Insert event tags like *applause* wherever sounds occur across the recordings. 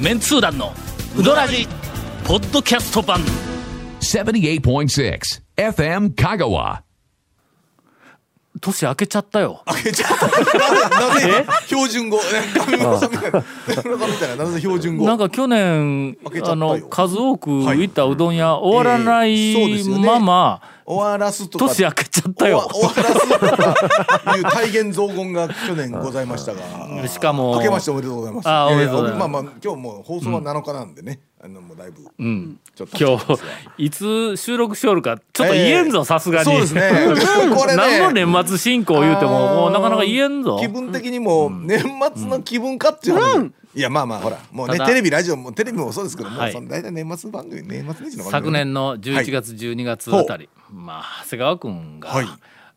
メンツー団のウドラジポッドキャスト版78.6 FM Kagawa. 年明けちゃったよ開けちゃった。なぜ、なぜ、標準語。上村さんみたいな。上村さんみたいな、なぜ標準語。なんか去年明けちゃったよあの数多くはい行ったうどん屋、終わらなええそうでいすよねまま、終わらすとか。年明けちゃったよ終わ終わらすとかいう体現増言が去年ございましたが。しかも明けましておめでとうございます。あおめでとうございますえーまあまあ、今日もう放送は7日なんでね。あの、もうだいぶ。うん、ちょっと *laughs* 今日いつ収録しよるかちょっと言えんぞさすがにそうですねこれ *laughs* 何ねの年末進行言うてももうなかなか言えんぞ気分的にも年末の気分かっていうのもいやまあまあほらもうねただテレビラジオもテレビもそうですけどもはういその大体年末番組年末年始の番昨組ね年の11月12月あたり、まあ長谷川君が、はい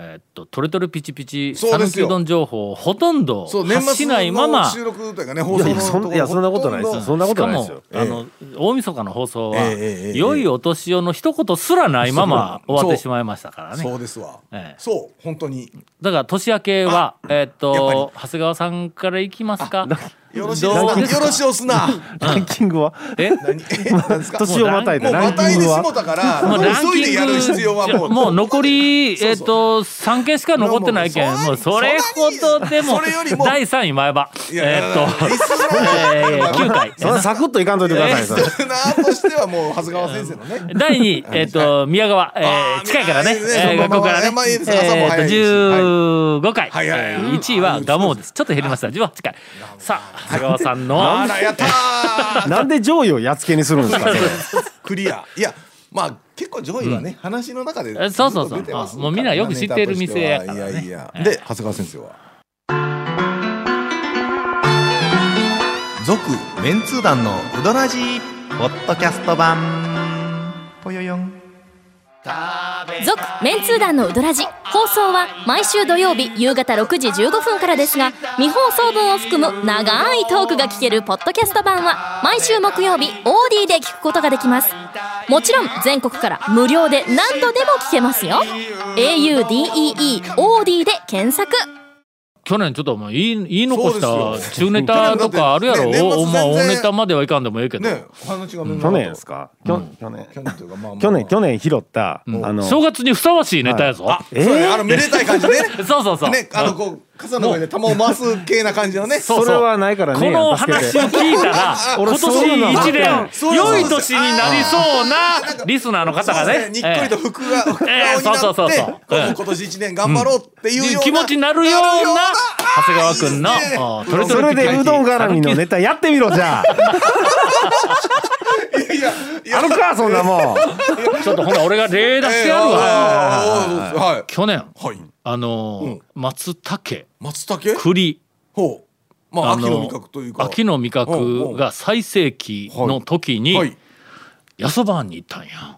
えーっとトレトレピチピチそ讃うです岐ようどん情報をほとんどそう年発し末ないままの収し録というかね放い送のや、そんいやそんなことないですよ。そんなこかとないですもよ。、ええあの大晦日の放送は、ええええええ良いお年をの一言すらないままそう終わってしまいましたからねそうですわ、ええそう本当にだから年明けはえーっやっと長谷川さんからいきますかよろしいどうですよかろしおすなランキングはえ何え何ですか年をまたいもでうラ *laughs* まンキたいンでグしはもたからもうラン急いキでやる必要ンはグじゃもうもう残りそうえっそうと3件しか残ってないけんももううそそんれなほどでもそれよりも第3位前歯いやいえやっいとやリスナーえー9回 *laughs* それサクッといかんといてくださいそれ。リスナーとしてはもう長谷川先生 *laughs* のね第2位え *laughs* っと宮川えーあー近いからねいいですねえーそのまま学校からねまあいいです朝もえっと早いし15回はいはいはいえうーん1位はガモーですちょっと減りました18回さあ長谷川さんのあらやったーなんで上位をやっつけにするんですか。それクリアいやまあ結構上位はね、話の中でえそうそうそうずっと出てますからもうみんなよく知ってる店やからねネタとしてはいやいやで長谷川先生は続メンツー団のウドラジーポッドキャスト版ぽよよん続メンツー団のウドラジ放送は毎週土曜日夕方6時15分からですが未放送分を含む長いトークが聞けるポッドキャスト版は毎週木曜日 OD で聞くことができますもちろん全国から無料で何度でも聞けますよ audeeod で検索去年ちょっともう言い言い残しそたうです中ネタとかあるやろ、 *laughs* 去年だってねおおまあ年末全然大ネタまではいかんでもええけど、ねお話が去年ですか。きょ去年去年というかまあまあ去年去年拾ったあうんの正月にふさわしいネタやぞ、えそうねえあのめでたい感じね *laughs* そうそうそう、ねあのこう傘の上で球を回す系な感じのねうそれはないからね。このやっつけて話を聞いたら今俺そうなの年一年そうそう良い年になりそうなリスナーの方がそうでねすにっこりとええ服が服顔になえっえてそうそうそうそうこううん今年一年頑張ろうっていうような気持ちになるようなるような長谷川君のあーいいですねおトレそトレれピチでピうチどん絡みのネタやってみろじゃあ。いやいやあるかそんなもん。ちょっとほら俺が例出してやるわ、わはい去年はいあのーうん松茸松茸栗ほうまああ秋の味覚というか秋の味覚が最盛期の時に、はいやそばに行ったんや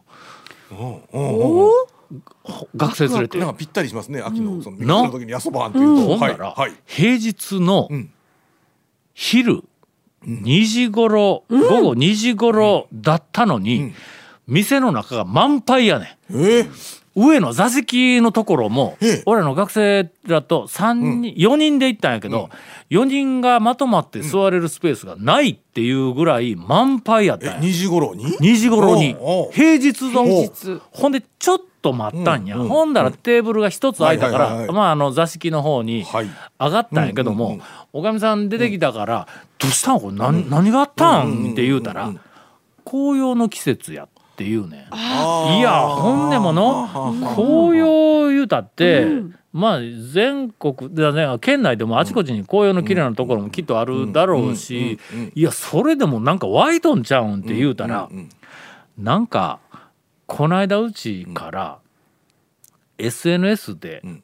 学生連れてなんほかぴったりしますね秋のそのん味覚の時にやそばあんというとんはないらはい平日のうん昼2時頃午後2時頃だったのに店の中が満杯やねえーん上の座席のところもええ俺の学生らと三人4人で行ったんやけど4人がまとまって座れるスペースがないっていうぐらい満杯やっえたんや2時頃に2時頃におうおう平日の平ほんでちょっと待ったんや、うんうんほんだらテーブルが一つ空いたかはいはいはらいはいまああの座敷の方にはい上がったんやけども、うんうんうんおかみさん出てきたから「どうしたんこれ何,、何があったうんうんうんん?」うんって言うたら、紅葉の季節や」って言うねん。あーいやほんでもの紅葉言うたって、まあ全国だね県内でもあちこちに紅葉の綺麗なところもきっとあるだろうし、うんうんうんいやそれでもなんか湧いとんちゃうんって言うたら、うんうんなんかこないだうちから、SNS で、ん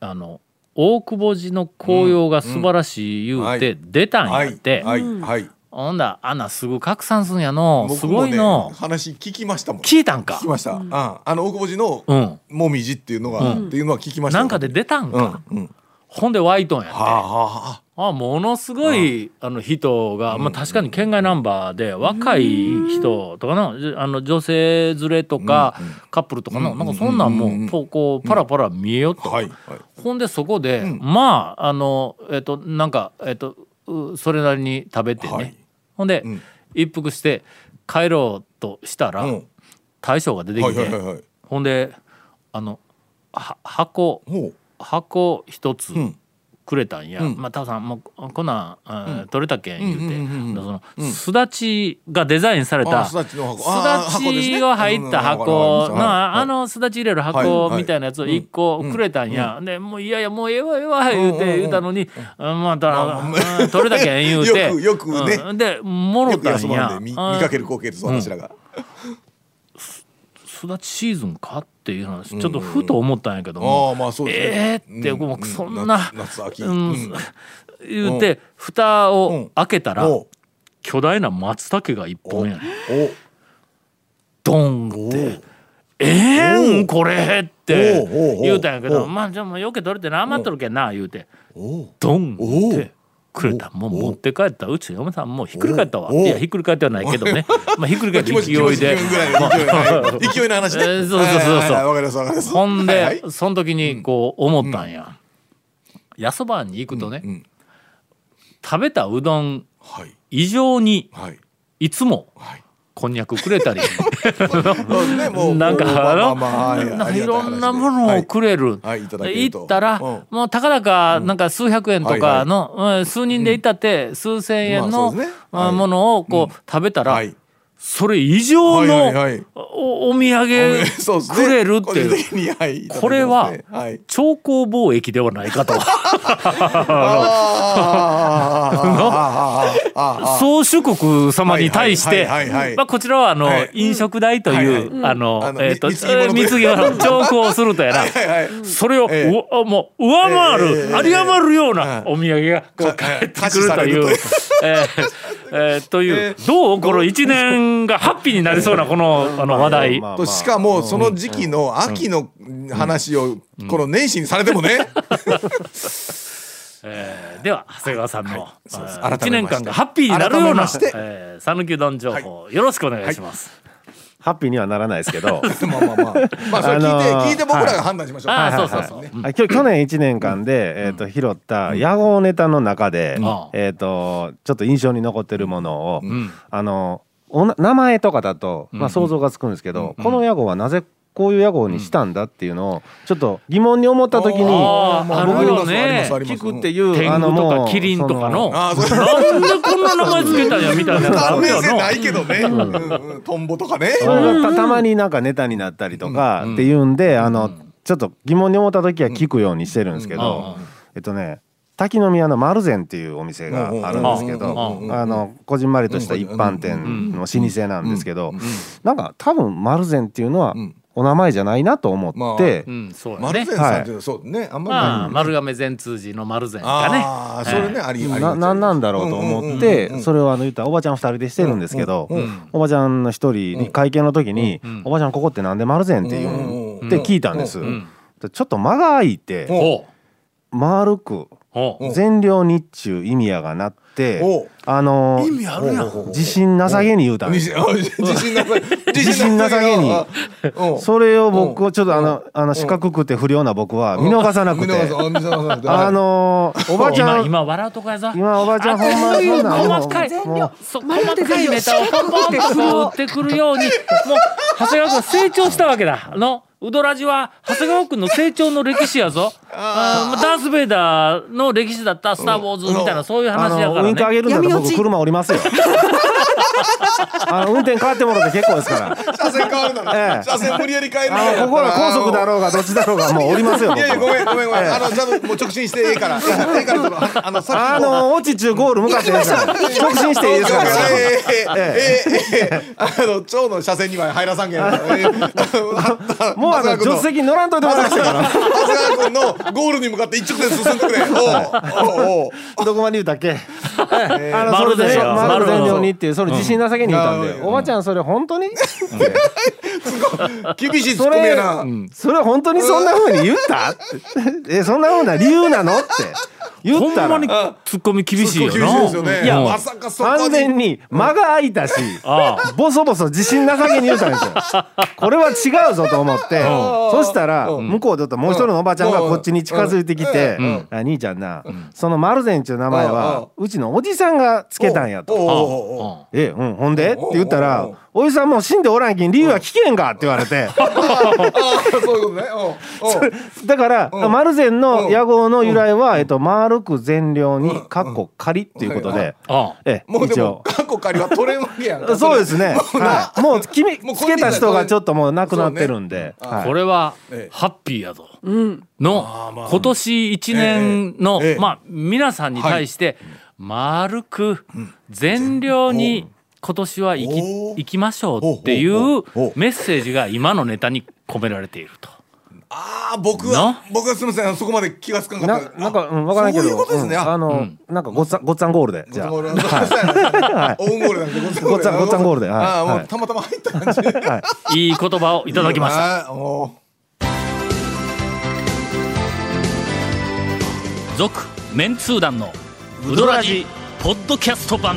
あの大久保寺の紅葉が素晴らしい言うて出たんはやっいて、はいはいほんだらあんなすぐ拡散すんやの、す僕もごいねの話聞きましたもん聞聞いたんかきましたああの大久保寺のうんもみじっていうのがっていうのは聞きましたなんかで出たんうんか、うんはほんでワイトンやって、あはああものすごいあの人が、まあ、確かに県外ナンバーで若い人とかのじあの女性連れとか、カップルとかの、うんなんかそんなんもう,、うんうんうんこうこうパラパラ見えよっと、はいはいほんでそこで、んまああのえっ、となんかえっ、とうそれなりに食べてね、はいほほんで、うん一服して帰ろうとしたら、うん大将が出てきはいて、はいはいはいほんであのは箱ほう箱一つんくれたんや、うんまあタオさんもうこんなん、うん、取れたけん言うて、うんうんうんうんだからそのすだちがデザインされたあすすだだちの箱あー箱ですちねが入ったうんうんわ箱かるわかりますなはいあのすだち入れるは箱いはいみたいなやつを一個くれたんや、でもういやいやもうええわええわ言ううんうんうてん言うたのに、うんまあたまあまら、うん取れたけん言うて *laughs* よくよくねうんでもろよくた休んまやんで見見うんかける光景です私らがすだちシーズンかっていう話ちょっとふと思ったんやけども、ああまあそうですえーねってうんもううんそんな夏夏秋うんうん言うて蓋を開けたらお巨大な松茸が一本やねおドンおって「えーんこれ!」っておうおうおう言うたんやけおど「うまあじゃあもうよけ取れてな余っとるけんな」言うてお「ドン!」おうってくれたもうおう持って帰ったうちの嫁さんもうひっくり返ったわおういやひっくり返ってはないけどねまあひっくり返って気持勢ち気持いち勢でいぐ *laughs* らいの勢いはい勢いの話ねえーそうそうそうそうはいはいはいわかりますわかりますほんはいはでいその時にこう思ったんややそばに行くとねうん食べたうどんはい以上にはいいつもはいこんにゃくくれたりそうですねもうなんかもうあのまあまあまあはいなんかありいがたろ話でんなものをくれる。はいいただけると行ったら、うんもうたかだかなんか数百円とかの、うん数人で行ったって、数千円まあの、そうですねまあはいものをこう、食べたら、はいそれ以上の、はいはいはいおお土産そうですねくれるって個いう人的にはいいただきます *laughs* ねこれはい超高貿易ではないかとあーあーあーあーあー宗主国様に対してはいはいはいはいはいまあこちらはあの、はい飲食代という、はいあの、あのえっ、とみ貢ぎ物貢ぎ物徴工するとやな。はいはいそれを、ええうわもう上回る、ええええ有り余るようはないお土産がこうか返ってくるという、ええええええという、ええどうこの1年がハッピーになりそうなこのあの話題、まあとしかもその時期の秋の話をこの年始にされてもね、ええでは長谷川さんの、そうですええ改めまして1年間がハッピーになるよう改めなましてええ讃岐うどん情報、よろしくお願いします。ハッピーにはならないですけど *laughs* まあまあまあまあそれ聞いて、あのー聞いて僕らが判断しましょう。ああ、はいそうそうそう、うんあきょ去年1年間で、えー、と拾った野号ネタの中で、んえー、とちょっと印象に残ってるものを、んあのおな名前とかだと、まあ、想像がつくんですけど、この野号はなぜこういう野号にしたんだっていうのをちょっと疑問に思った時にあーまああるよありまねすあります聞くっていう天あの狗ともかうキリンとかのそああそうなんでこんな名前つけたんやみたい *laughs* なやつあ関る連よ性なないけどね、うんうんトンボとかね、それがたたまになんかネタになったりとかっていうんで、あのちょっと疑問に思った時は聞くようにしてるんですけど、うんうんえっとね滝の宮の丸善っていうお店があるんですけど、うんあのこじんまりとした一般店の老舗なんですけど、なんか多分丸善っていうのはんお名前じゃないなと思って、うん、そうや丸ね善。さんってそうねあんまあ、まり、丸亀善通寺の丸善がね。ああそれねありありななんなんだろうと思って、それをあの言ったらおばちゃん二人でしてるんですけど、おばちゃんの一人に会見の時に、おばちゃんここってなんで丸善っていうん?」って聞いたんです。でちょっと間が空いておう丸くおう善良日中意味やがなっておあの意味あるやん自信なさげに言うたんです *laughs* 自信なさ自信なさげにうんそれを僕ちょっとあのあの四角くて不良な僕は見逃さなく見逃てさ見逃さなくてあのおばちゃ今、ん今笑うとこやぞ。今おばちゃんほんまあそういそんうなんも細かい、うもうそう細かいネタをポンポンとこう打ってくるように、もう、長谷川君は成長したわけだ。あの、ウドラジは、長谷川君の成長の歴史やぞ。あーダース・ベイダーの歴史だった、スター・ウォーズみたいな、そういうあ話やのかウイらンクあね。げるんだったら僕車降りますよあの運転変わってもらって結構ですから車線変わるなら、 *laughs* ええ車線無理やり変えるなあらのここら高速だろうがどっちだろうがもう降りますよいやいや僕ごめんごめんごめん、あのちゃんともう直進してええ *laughs* からええからちょっとあのさっきあの落ち中ゴール向かってですから直進していいですからあの腸の車線には入らさんけん。もうもうああの助手席乗らんといてもらっ *laughs* てか長ら谷川君のゴールに向かって一直線進んでくれ。おうおうおう。どこまで言うたっけあの丸それ善でよ丸丸善善良にっていうそれ自信なさげに言ったんでうんおばちゃんそれ本当に厳しいツッそコミれやな。それ本当にそんな風に言ったってえそんな風な理由なのって言っほたんまらにツッコミ厳しいよ厳しいですよな。ね。いやまさかそこ完全に間が空いたしあボソボソ自信なさげに言うたんですよ *laughs* これは違うぞと思ってそしたら向こうでおったもう一人のおばちゃんがこっちに近づいてきて「あ兄ちゃんなその丸善っていう名前はうちのおじさんがつけたんや」と。と。ええうん、ほんでって言ったら「おじさんもう死んでおらんきん理由は聞けんか」って言われてああ、そういうことね。おうおう *laughs* だから「丸善の屋号の由来は、えっと、丸く善良にかっこ仮」っていうことで、あええもうで一も応、過去借りは取れんわけやんか。 *laughs* そうです *laughs* ね。もうなはい。 *laughs* もう君もうつけた人がちょっともうなくなってるんで。そうねはいこれはええハッピーやぞの今年一年のええまあ皆さんに対して丸く善良に今年は生きおー生きましょうっていうおうおうおうメッセージが今のネタに込められていると。ああ、僕はな、僕はすみません、そこまで気がつかなかなった。なんか、うん、わからんけそど。ういうことですね。うんああの、なんかごっつぁん、ごっつぁんゴールで。じゃあ。ゴールはオウンゴールなんでごっつぁんごっつぁんゴールではいああ、もはういたまたま入った感じ。いいい言葉をいただき *laughs* ました。た。も続メンツー団のウドラジポッドキャスト版。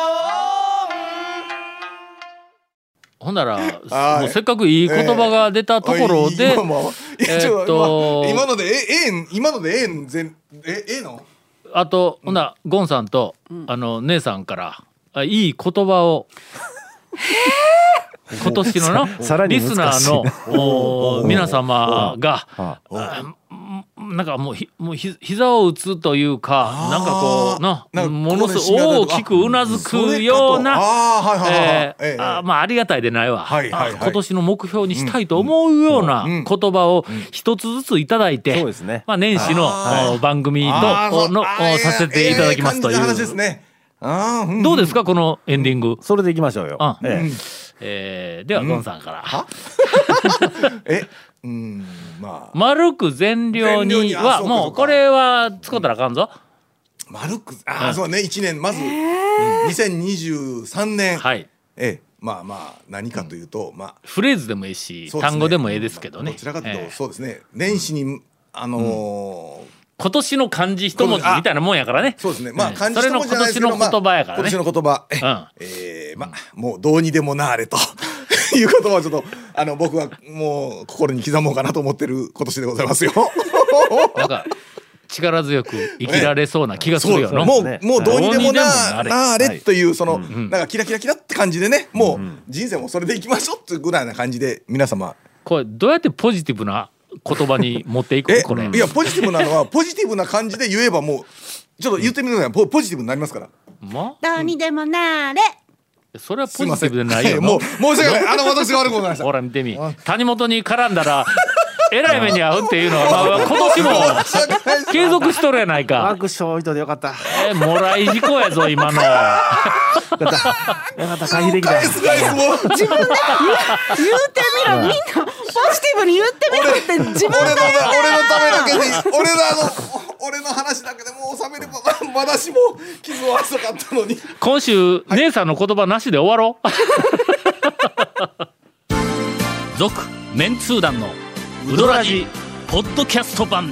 ほんなら、はいもうせっかくいい言葉が出たうところで、今もいやちえょーっと今今ので、え、えん、今ので、ええん、全、え、ええの。あと、ほんならゴンさんと、あの姉さんからあいい言葉を今年のささらなにリスナ難しいーなのおー皆様があなんかもうひもうひ膝を打つというかなんかこうななんかものすここで死んだごとくか大きくうなずくような。あーそれかとあーはいはいはいはいえーええあーまあありがたいでないわ、はいはいはいあ今年の目標にしたいと思うようなうんうん言葉を一つずついただいて、そうですねまあ、年始のはいお番組とあーそおうのおあーさせていただきますといえう、え感じの話ですね。ああ、んどうですかこのエンディング、それでいきましょうよ。あえええーではゴンさんからえ、うん、ま「あ、丸く善良善良に」にあはそうかもそううかこれは使ったらあかんぞ、丸く、ああ、そうね、一年、まず、うん2023年。はいええ、まあまあ、何かというと、まあ、フレーズでもいいし、そうすね単語でもええですけどねどちらかというえーと、そうですね、年始に、あのー、今年の漢字一文字みたいなもんやからねそうですね。まあ、えー漢字ともじゃないですけど、それの今年の言葉やからねまあ今年の言葉。えうんえーまあ、もうどうにでもなあれと *laughs* いう言葉をちょっと、あの、僕はもう心に刻もうかなと思ってる今年でございますよ。なんか力強く生きられそうな気がすそうるでよすな、ね。もう、ねもうどうにでどうにもなでもなああれなあはれいという、その、なんかキラキラキラって感じでね、もう人生もそれでいきましょうっていうぐらいな感じで、皆様。これどうやってポジティブな言葉に持っていくえのこれいや、ポジティブなのは、ポジティブな感じで言えばもう、ちょっと言ってみてください。ポポジティブになりますから。まどうにでもなーれ。あそれはすポいまジテせィん。ブでないよえなもう、申し訳ない。あの、私が悪くございましたほ。ら見てみ谷本に絡んだらえらい目に遭うっていうのは、まあ、今年も申し訳ないです継続しとるやないワーかクショー糸でよかった。よえもらい事故やぞ今のかった。よかった。回避できた返。す返すもう自分で言う言うてみろみんなポジティブに言ってみろって自分俺ので俺のためだけに俺のあの俺の話だけでもう収めればまだしも傷は浅かったのに今週、姉さんの言葉なしで終わろう *laughs* 続メンツー団のウドラジポッドキャスト版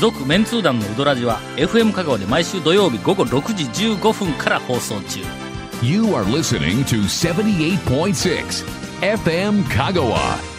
続メンツー団のウドラジは FM 香川で毎週土曜日午後6時15分から放送中 You are listening to 78.6 FM Kagawa.